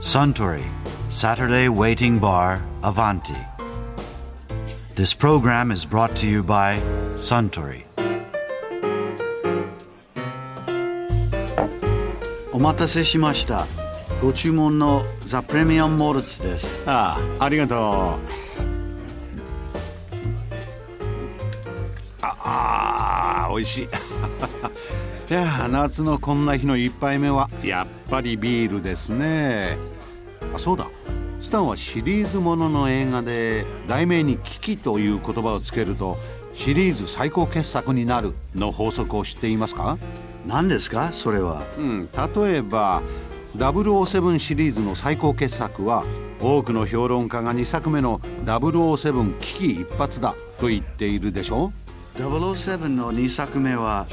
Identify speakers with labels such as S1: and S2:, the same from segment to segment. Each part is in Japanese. S1: Suntory, Saturday Waiting Bar, Avanti. This program is brought to you by Suntory. お待たせしました。ご注文のザ・プレミアム・モルツです。
S2: ああありがとうああー美味しい いやー夏のこんな日の一杯目はやっぱりビールですねあそうだスタンはシリーズものの映画で題名に「危機」という言葉をつけるとシリーズ最高傑作になるの法則を知っていますか
S1: 何ですかそれは。
S2: うん、例えば007シリーズの最高傑作は多くの評論家が2作目の007危機一発だと言っているでしょ
S1: 007の2作目は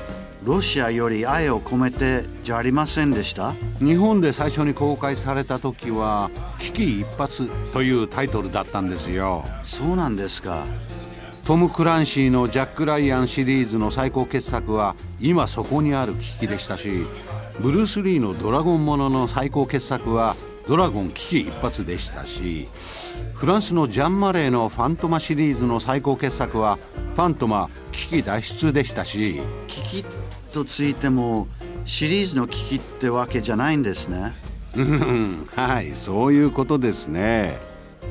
S1: ロシアより愛を込めてじゃありませんでした
S2: 日本で最初に公開された時は「危機一発」というタイトルだったんですよ
S1: そうなんですか
S2: トム・クランシーのジャック・ライアンシリーズの最高傑作は今そこにある危機でしたしブルース・リーの「ドラゴンもの」の最高傑作は「ドラゴン危機一発」でしたしフランスのジャン・マレーの「ファントマ」シリーズの最高傑作は「ファントマ危機脱出」でしたし
S1: 危機とついてもシリーズの危機ってわけじゃないんですね
S2: うんはいそういうことですね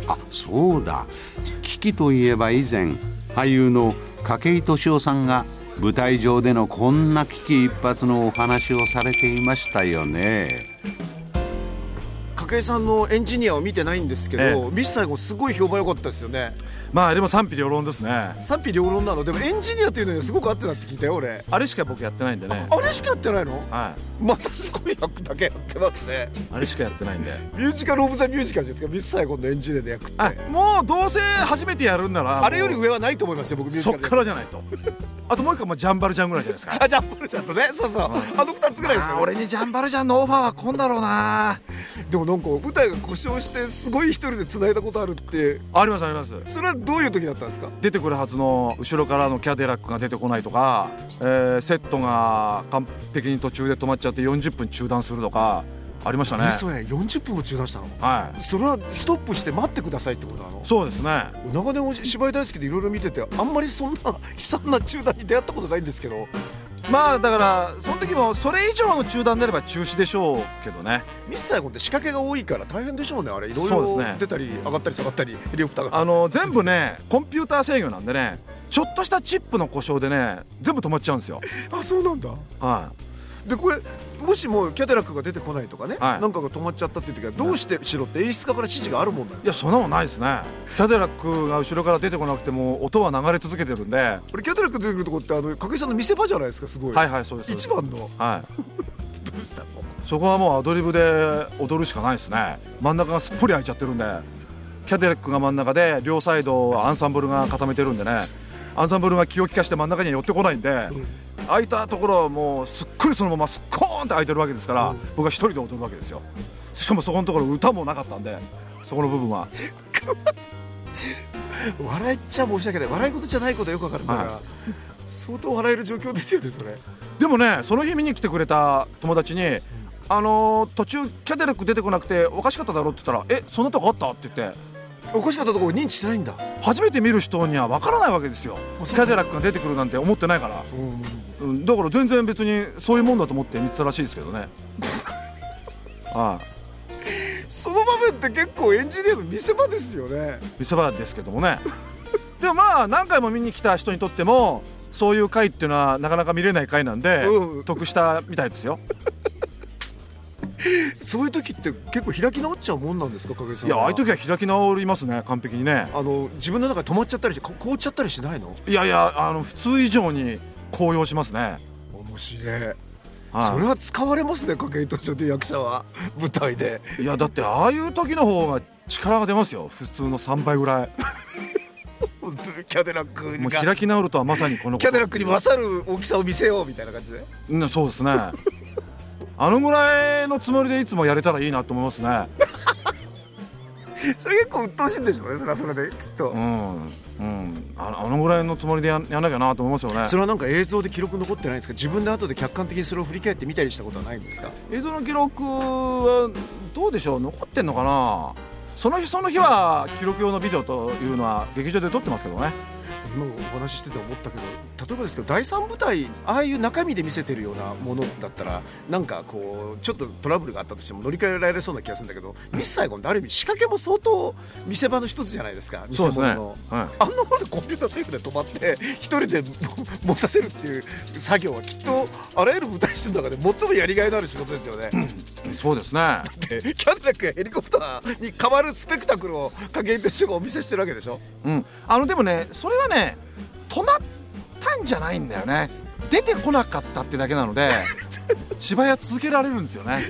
S2: あそうだ危機といえば以前俳優の筧敏夫さんが舞台上でのこんな危機一髪のお話をされていましたよね
S3: 筧さんのエンジニアを見てないんですけど、
S4: え
S3: ミスサイゴンすごい評判良かったですよね
S4: まあでも賛否両論ですね
S3: 賛否両論なのでもエンジニアというのにはすごく合ってたって聞いたよ俺
S4: あれしか僕やってないんでね
S3: あれしかやってないの
S4: はい
S3: またすごい役だけやってますね
S4: あれしかやってないんで
S3: ミュージカル・オブ・ザ・ミュージカルですかミスサイゴンのエンジニアの役って
S4: あ
S3: あ
S4: もうどうせ初めてやるんなら
S3: れより
S4: も
S3: 上はないと思いますよ僕ミュ
S4: う
S3: ージ
S4: そ
S3: カ
S4: っ
S3: ル
S4: からじゃないとあともう一個はまあジャンバルジャンぐらいじゃないですか
S3: あジャンプルちゃんとねそうそうあの2つぐらいです
S4: あー
S3: よ、
S4: 俺にジャンバルジャンのオファーは来んだろうな
S3: でもなんか舞台が故障してすごい一人で繋いだことあるって
S4: ありますあります
S3: それはどういう時だったんですか
S4: 出てくるはずの後ろからのキャデラックが出てこないとか、えーセットが完璧に途中で止まっちゃって40分中断するとかありましたね
S3: ミスや40分も中断したの
S4: はい
S3: それはストップして待ってくださいってことなの
S4: そうですね
S3: 長年お芝居大好きでいろいろ見ててあんまりそんな悲惨な中断に出会ったことないんですけど
S4: まあだからその時もそれ以上の中断であれば中止でしょうけどね
S3: ミスサイゴンって仕掛けが多いから大変でしょうねあれいろい
S4: そう
S3: ろ
S4: ですね
S3: 出たり上がったり下がったりヘリコプターが
S4: あの全部ねコンピューター制御なんでねちょっとしたチップの故障でね全部止まっちゃうんですよ
S3: あそうなんだ
S4: は
S3: でこれもしもキャデラックが出てこないとかね、
S4: はい
S3: なんかが止まっちゃったっていう時はどうしてしろって演出家から指示があるもんなん
S4: い
S3: で
S4: いやそんなもんないですねキャデラックが後ろから出てこなくても音は流れ続けてるんでは
S3: これキャデラック出てくるとこってあの筧さんの見せ場じゃないですかすごい、
S4: いはいそうですそうです
S3: 一番のど
S4: はいう
S3: したの
S4: そこはもうアドリブで踊るしかないですね真ん中がすっぽり空いちゃってるんでキャデラックが真ん中で両サイドをアンサンブルが固めてるんでねアンサンブルが気を利かして真ん中には寄ってこないんで空いたところはもうすっくりそのまますっこーんって空いてるわけですから僕は一人で踊るわけですよしかもそこのところ歌もなかったんでそこの部分は
S3: 笑いちゃ申し訳ない笑い事じゃないことはよくわかるから、
S4: は
S3: 相当笑える状況ですよねそれ
S4: でもねその日見に来てくれた友達に「あのー途中キャデラック出てこなくておかしかっただろ」って言ったら「えそんなとこあった?」って言って
S3: おかしかったところ認知してないんだ
S4: 初めて見る人には分からないわけですよ
S3: あそう
S4: キャデラックが出てくるなんて思ってないから、うん、だから全然別にそういうもんだと思って見てたらしいですけど ねはい
S3: その場面って結構エンジニアの見せ場ですよね
S4: 見せ場ですけどもね でもまあ何回も見に来た人にとってもそういう回っていうのはなかなか見れない回なんで、
S3: うん
S4: 得したみた いですよ
S3: そういう時って結構開き直っちゃうもんなんですか影さ
S4: い
S3: んは
S4: やああいう時は開き直りますね完璧にね
S3: あの自分の中で止まっちゃったりしてこ凍っちゃったりしないの
S4: いやいやあの普通以上に高揚しますね、
S3: 面白い、
S4: はい
S3: それは使われますね影井敏夫という役者は舞台で
S4: いやだってああいう時の方が力が出ますよ普通の3倍ぐらい
S3: 本当にキャデラック
S4: もう
S3: に
S4: 開き直るとはまさにこの
S3: キ
S4: こ
S3: ャ
S4: と
S3: デラックに勝る大きさを見せようみたいな感じで
S4: うんそ うですねあのぐらいのつもりでいつもやれたらいいなと思いますね
S3: それ結構鬱陶しいんでしょうねそれはそれできっと、
S4: うんうんあのあのぐらいのつもりでややんなきゃなと思いますよね
S3: それはなんか映像で記録残ってないんですか自分で後で客観的にそれを振り返ってみたりしたことはないんですか
S4: 映像の記録はどうでしょう残ってんのかなその日その日は記録用のビデオというのは劇場で撮ってますけどね
S3: 今お話ししてて思ったけど例えばですけど第三舞台ああいう中身で見せてるようなものだったらなんかこうちょっとトラブルがあったとしても乗り換えられそうな気がするんだけどミス・サイゴンってある意味仕掛けも相当見せ場の一つじゃないですか見せ
S4: そうですね
S3: 物の。
S4: はい
S3: あんなものでコンピューターセーフで止まって一人で持たせるっていう作業はきっとあらゆる舞台室の中で最もやりがいのある仕事ですよね。
S4: そうですね
S3: でキャデラックやヘリコプターに変わるスペクタクルを影としてお見せしてるわけでしょ。
S4: うんあのでもねそれはね止まったんじゃないんだよね出てこなかったってだけなので芝居は続けられるんですよね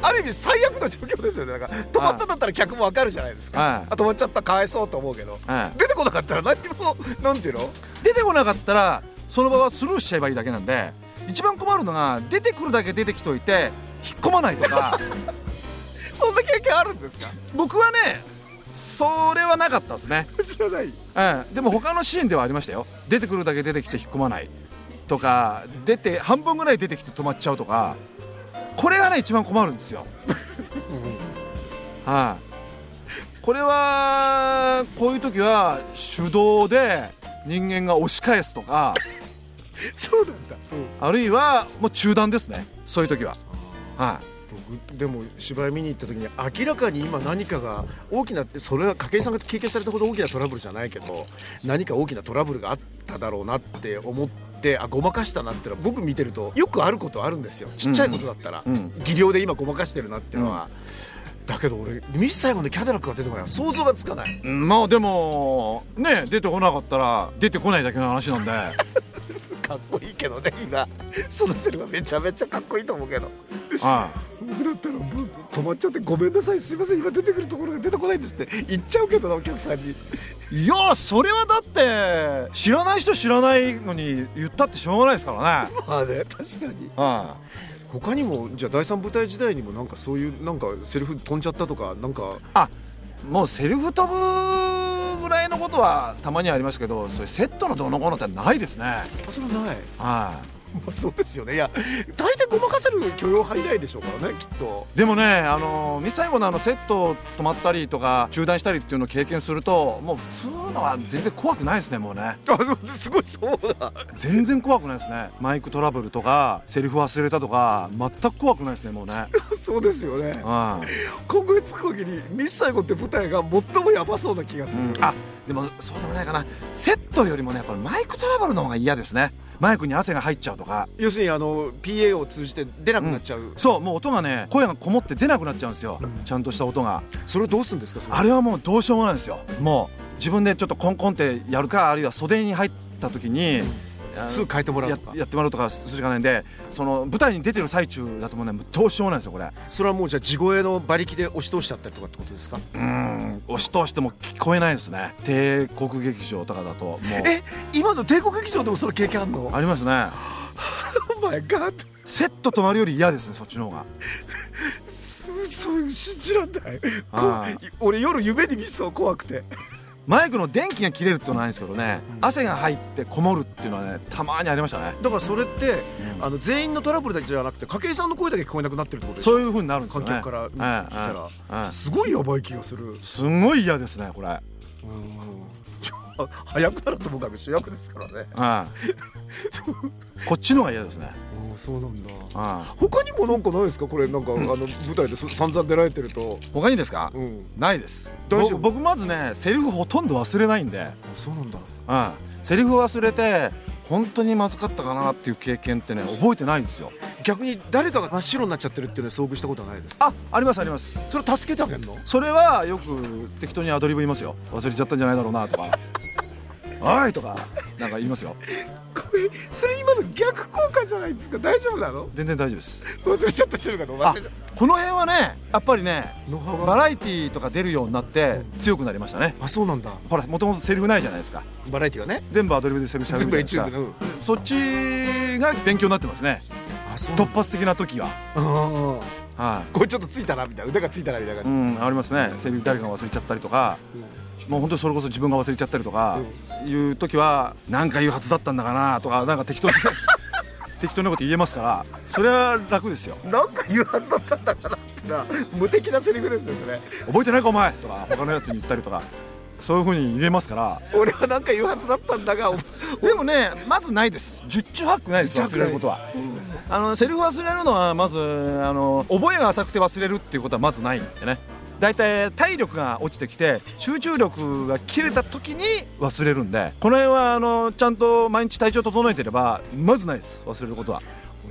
S3: ある意味最悪の状況ですよねだから止まったんだったら客もわかるじゃないですか、
S4: はい
S3: あ止まっちゃったかわいそうと思うけど、
S4: はい
S3: 出てこなかったら何もなんていうの
S4: 出てこなかったらその場はスルーしちゃえばいいだけなんで一番困るのが出てくるだけ出てきといて引っ込まないとか
S3: そんな経験あるんですか
S4: 僕はねそれはなかったですね、
S3: 知らない
S4: うん、でも他のシーンではありましたよ出てくるだけ出てきて引っ込まないとか出て半分ぐらい出てきて止まっちゃうとかこれがね一番困るんですよはい、これはこういう時は手動で人間が押し返すとか
S3: そうなんだ、うん
S4: あるいはもう中断ですねそういう時はは
S3: 僕でも芝居見に行った時に明らかに今何かが大きなそれは筧さんが経験されたほど大きなトラブルじゃないけど何か大きなトラブルがあっただろうなって思ってあごまかしたなってのは僕見てるとよくあることあるんですよちっちゃいことだったら、
S4: うんうん
S3: 技量で今ごまかしてるなっていうのは、だけど俺ミス・サイゴンでキャデラックが出てこない想像がつかない
S4: いまあでもね出てこなかったら出てこないだけの話 なんで
S3: かっこいいけどね今そのセリフはめちゃめちゃかっこいいと思うけど
S4: は
S3: 僕だったらもう止まっちゃってごめんなさいすいません今出てくるところが出てこないんですって言っちゃうけどなお客さんに。
S4: いいやそれはだって知らない人知らないのに言ったってしょうがないです からね
S3: まあね 確かに
S4: は
S3: 他にもじゃあ第三舞台時代にもなんかそういうなんかセリフ飛んじゃったとかなんか
S4: いあもうセルフ飛ぶぐらいのことはたまにはありますけどそれセットのどうのこうのってないですね
S3: あそれはない
S4: は
S3: まあそうですよねいや大体ごまかせる許容範囲内でしょうからねきっと
S4: いでもねあのミサイゴのあのセット止まったりとか中断したりっていうのを経験するともう普通のは全然怖くないですねもうね
S3: あでもすごいそうだ
S4: 全然怖くないですねマイクトラブルとかセリフ忘れたとか全く怖くないですねもうね
S3: そうですよね
S4: あ,、
S3: 今後につく限りミス・サイゴンって舞台が最もやばそうな気がす
S4: う
S3: る、
S4: ん、あでもそうでもないかなセットよりもねやっぱりマイクトラブルの方が嫌ですねマイクに汗が入っちゃうとか
S3: 要するにあの PA を通じて出なくなっちゃう、
S4: そうもう音がね声がこもって出なくなっちゃうんですよちゃんとした音が
S3: それをどうするんですかそれ
S4: あれはもうどうしようもないんですよもう自分でちょっとコンコンってやるかあるいは袖に入った時にあの
S3: すぐ変えてもらう
S4: や
S3: とか
S4: やってもらうとかするしかないんでその舞台に出てる最中だともうねもうどうしようもないんですよこれ
S3: それはもうじゃあ地声の馬力で押し通しちゃったりとかってことですか
S4: うーん押し通しても聞こえないですね帝国劇場とかだともう
S3: え今の帝国劇場でもその経験あんの
S4: ありますね
S3: お前ガーッ
S4: セット止まるより嫌ですねそっちの方が
S3: そうそう信じらんない
S4: ああ
S3: こう俺夜夢に見そう怖くて
S4: マイクの電気が切れるってのはないんですけどね汗が入ってこもるっていうのはねたまにありましたね
S3: だからそれって、
S4: うん
S3: あの全員のトラブルだけじゃなくて筧さんの声だけ聞こえなくなってるってことでしょ
S4: そういう風になるんですよ
S3: 観
S4: ね
S3: 客から見たら、
S4: ええええ
S3: すごいやばい気がする、
S4: すごい嫌ですねこれはい
S3: あ早くなると僕は主役ですからね
S4: こっちの方が嫌ですね
S3: そうなんだ
S4: は
S3: 他にもなんかないですかこれなんか、あの舞台でそ散々出られてると
S4: い他にですか
S3: うん
S4: ないです
S3: 大丈夫
S4: 僕僕まずねセリフほとんど忘れないんで
S3: あそうなんだ
S4: うんセリフ忘れて本当にまずかったかなっていう経験ってね覚えてないんですよ
S3: 逆に誰かが真っ白になっちゃってるっていうのに遭遇したことはないですか
S4: あありますあります
S3: それ助けてあげんの
S4: それはよく適当にアドリブ言いますよ忘れちゃったんじゃないだろうなとか「おい!」とかなんか言いますよ
S3: これそれ今の逆効果じゃないですか大丈夫なの
S4: 全然大丈夫です
S3: 忘れちゃった人いるかと
S4: あ
S3: 忘れちゃっ
S4: この辺はねやっぱりね
S3: ノウハウが
S4: バラエティーとか出るようになって強くなりましたね
S3: たあそうなんだ
S4: ほらもともとセリフないじゃないですか
S3: バラエティがね
S4: 全部アドリブでセリフしゃべる
S3: 全
S4: じゃ
S3: 部
S4: な
S3: エ
S4: いで
S3: チュー
S4: すか
S3: ブの
S4: そっちが勉強になってますね
S3: あそう
S4: 突発的な時は
S3: あ
S4: は、
S3: これちょっとついたなみたいな腕がついたなみたいない
S4: う
S3: 感
S4: ん、ありますねセリフ誰かが忘れちゃったりとか
S3: じ、
S4: もう本当にそれこそ自分が忘れちゃったりとかいう時は何か言うはずだったんだかなとかなんか適当に 適当なこと言えますからそれは楽ですよ
S3: なんか言うはずだったんだからってな無敵なセリフですねそれ
S4: 覚えてないかお前とか他のやつに言ったりとかそういうふうに言えますから
S3: 俺はなんか言うはずだったんだがお
S4: でもねまずないです十中八九ないです忘れることは、あのセリフ忘れるのはまずあの覚えが浅くて忘れるっていうことはまずないんでね大体体力が落ちてきて集中力が切れた時に忘れるんでこの辺はあのちゃんと毎日体調整えてればまずないです忘れることは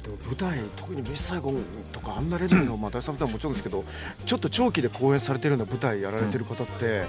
S3: でも舞台特に「ミス・サイゴン」とかあんなレベルの、まあ、第三舞台ももちろんですけどちょっと長期で公演されてるような舞台やられてる方って、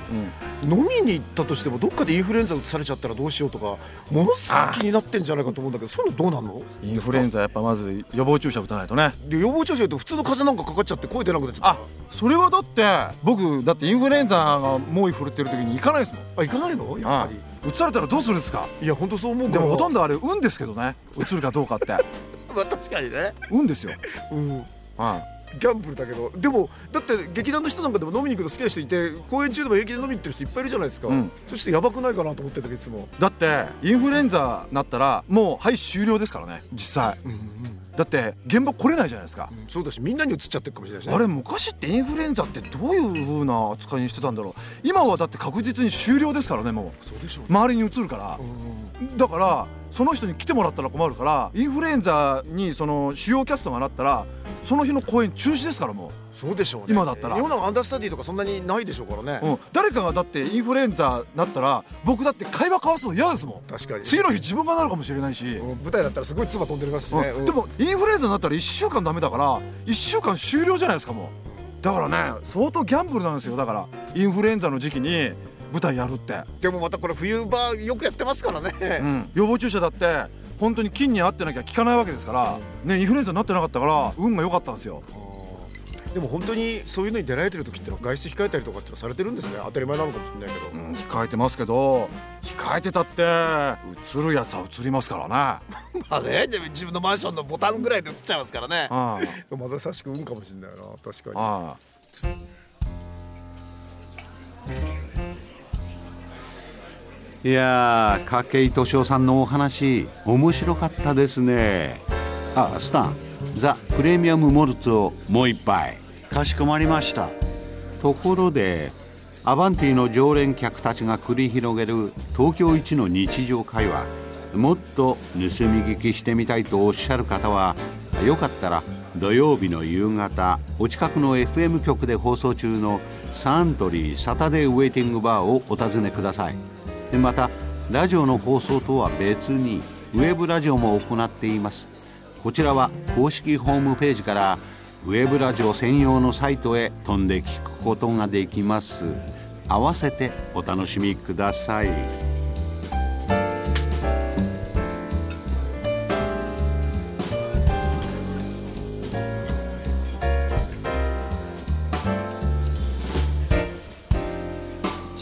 S3: 飲みに行ったとしてもどっかでインフルエンザ移されちゃったらどうしようとかものすごい気になってんじゃないかと思うんだけどそういうのどうなんの
S4: インフルエンザやっぱまず予防注射打たないとね
S3: で予防注射やると普通の風邪なんかかかっちゃって声出なくなっちゃっ
S4: あそれはだって僕だってインフルエンザが猛威振るってる時に行かないですもん
S3: たあ行かないのやっぱり、
S4: うつされたらどうするんですか
S3: い、や本当そう思う
S4: で
S3: から
S4: もほとんどあれ運ですけどねうつるかどうかって
S3: まあ確かにね、
S4: 運ですよ、
S3: うん、
S4: は
S3: ギャンブルだけどでもだって劇団の人なんかでも飲みに行くの好きな人いて公演中でも平気で飲みに行ってる人いっぱいいるじゃないですか、
S4: うん
S3: そしてやばくないかなと思ってたけどいつも。
S4: い、だってインフルエンザなったらもうはい終了ですからね実際だって現場来れないじゃないですか、
S3: そうだしみんなに移っちゃってるかもしれないしね、
S4: あれ昔ってインフルエンザってどういう風な扱いにしてたんだろう今はだって確実に終了ですからねも
S3: そうでしょ
S4: う周りに移るから、だからその人に来てもらったら困るからインフルエンザにその主要キャストがなったらその日の公演中止ですからも
S3: そうでしょうね
S4: 今だったら
S3: 日本のアンダースタディとかそんなにないでしょうからね、
S4: う、うん、誰かがだってインフルエンザなったら僕だって会話交わすの嫌ですもん
S3: 確かに
S4: 次の日自分がなるかもしれないし、
S3: うん舞台だったらすごい唾飛んでますしね、
S4: うん
S3: うん
S4: でもインフルエンザになったら1週間ダメだから1週間終了じゃないですかもうだからね相当ギャンブルなんですよだからインフルエンザの時期に舞台やるって、
S3: でもまたこれ冬場よくやってますからね、
S4: うん予防注射だって本当に菌に合ってなきゃ効かないわけですから、ね、インフルエンザになってなかったから運が良かったんですよ
S3: でも本当にそういうのに出られてる時ってのは外出控えたりとかってのはされてるんですね当たり前なのかもしれないけど、
S4: うん控えてますけど控えてたって映るやつは映りますから ね、
S3: まあねでも自分のマンションのボタンぐらいで移っちゃいますからね
S4: うんう
S3: ま
S4: ん
S3: ださしく運かもしれないな確か
S4: あ
S2: いやー筧敏夫さんのお話面白かったですねあスタンザ・プレミアム・モルツをもう一杯
S1: かしこまりました
S2: ところでアバンティの常連客たちが繰り広げる東京一の日常会話もっと盗み聞きしてみたいとおっしゃる方はよかったら土曜日の夕方お近くの FM 局で放送中のサントリーサタデーウェイティングバーをお尋ねくださいでまたラジオの放送とは別にウェブラジオも行っていますこちらは公式ホームページからウェブラジオ専用のサイトへ飛んで聞くことができます合わせてお楽しみください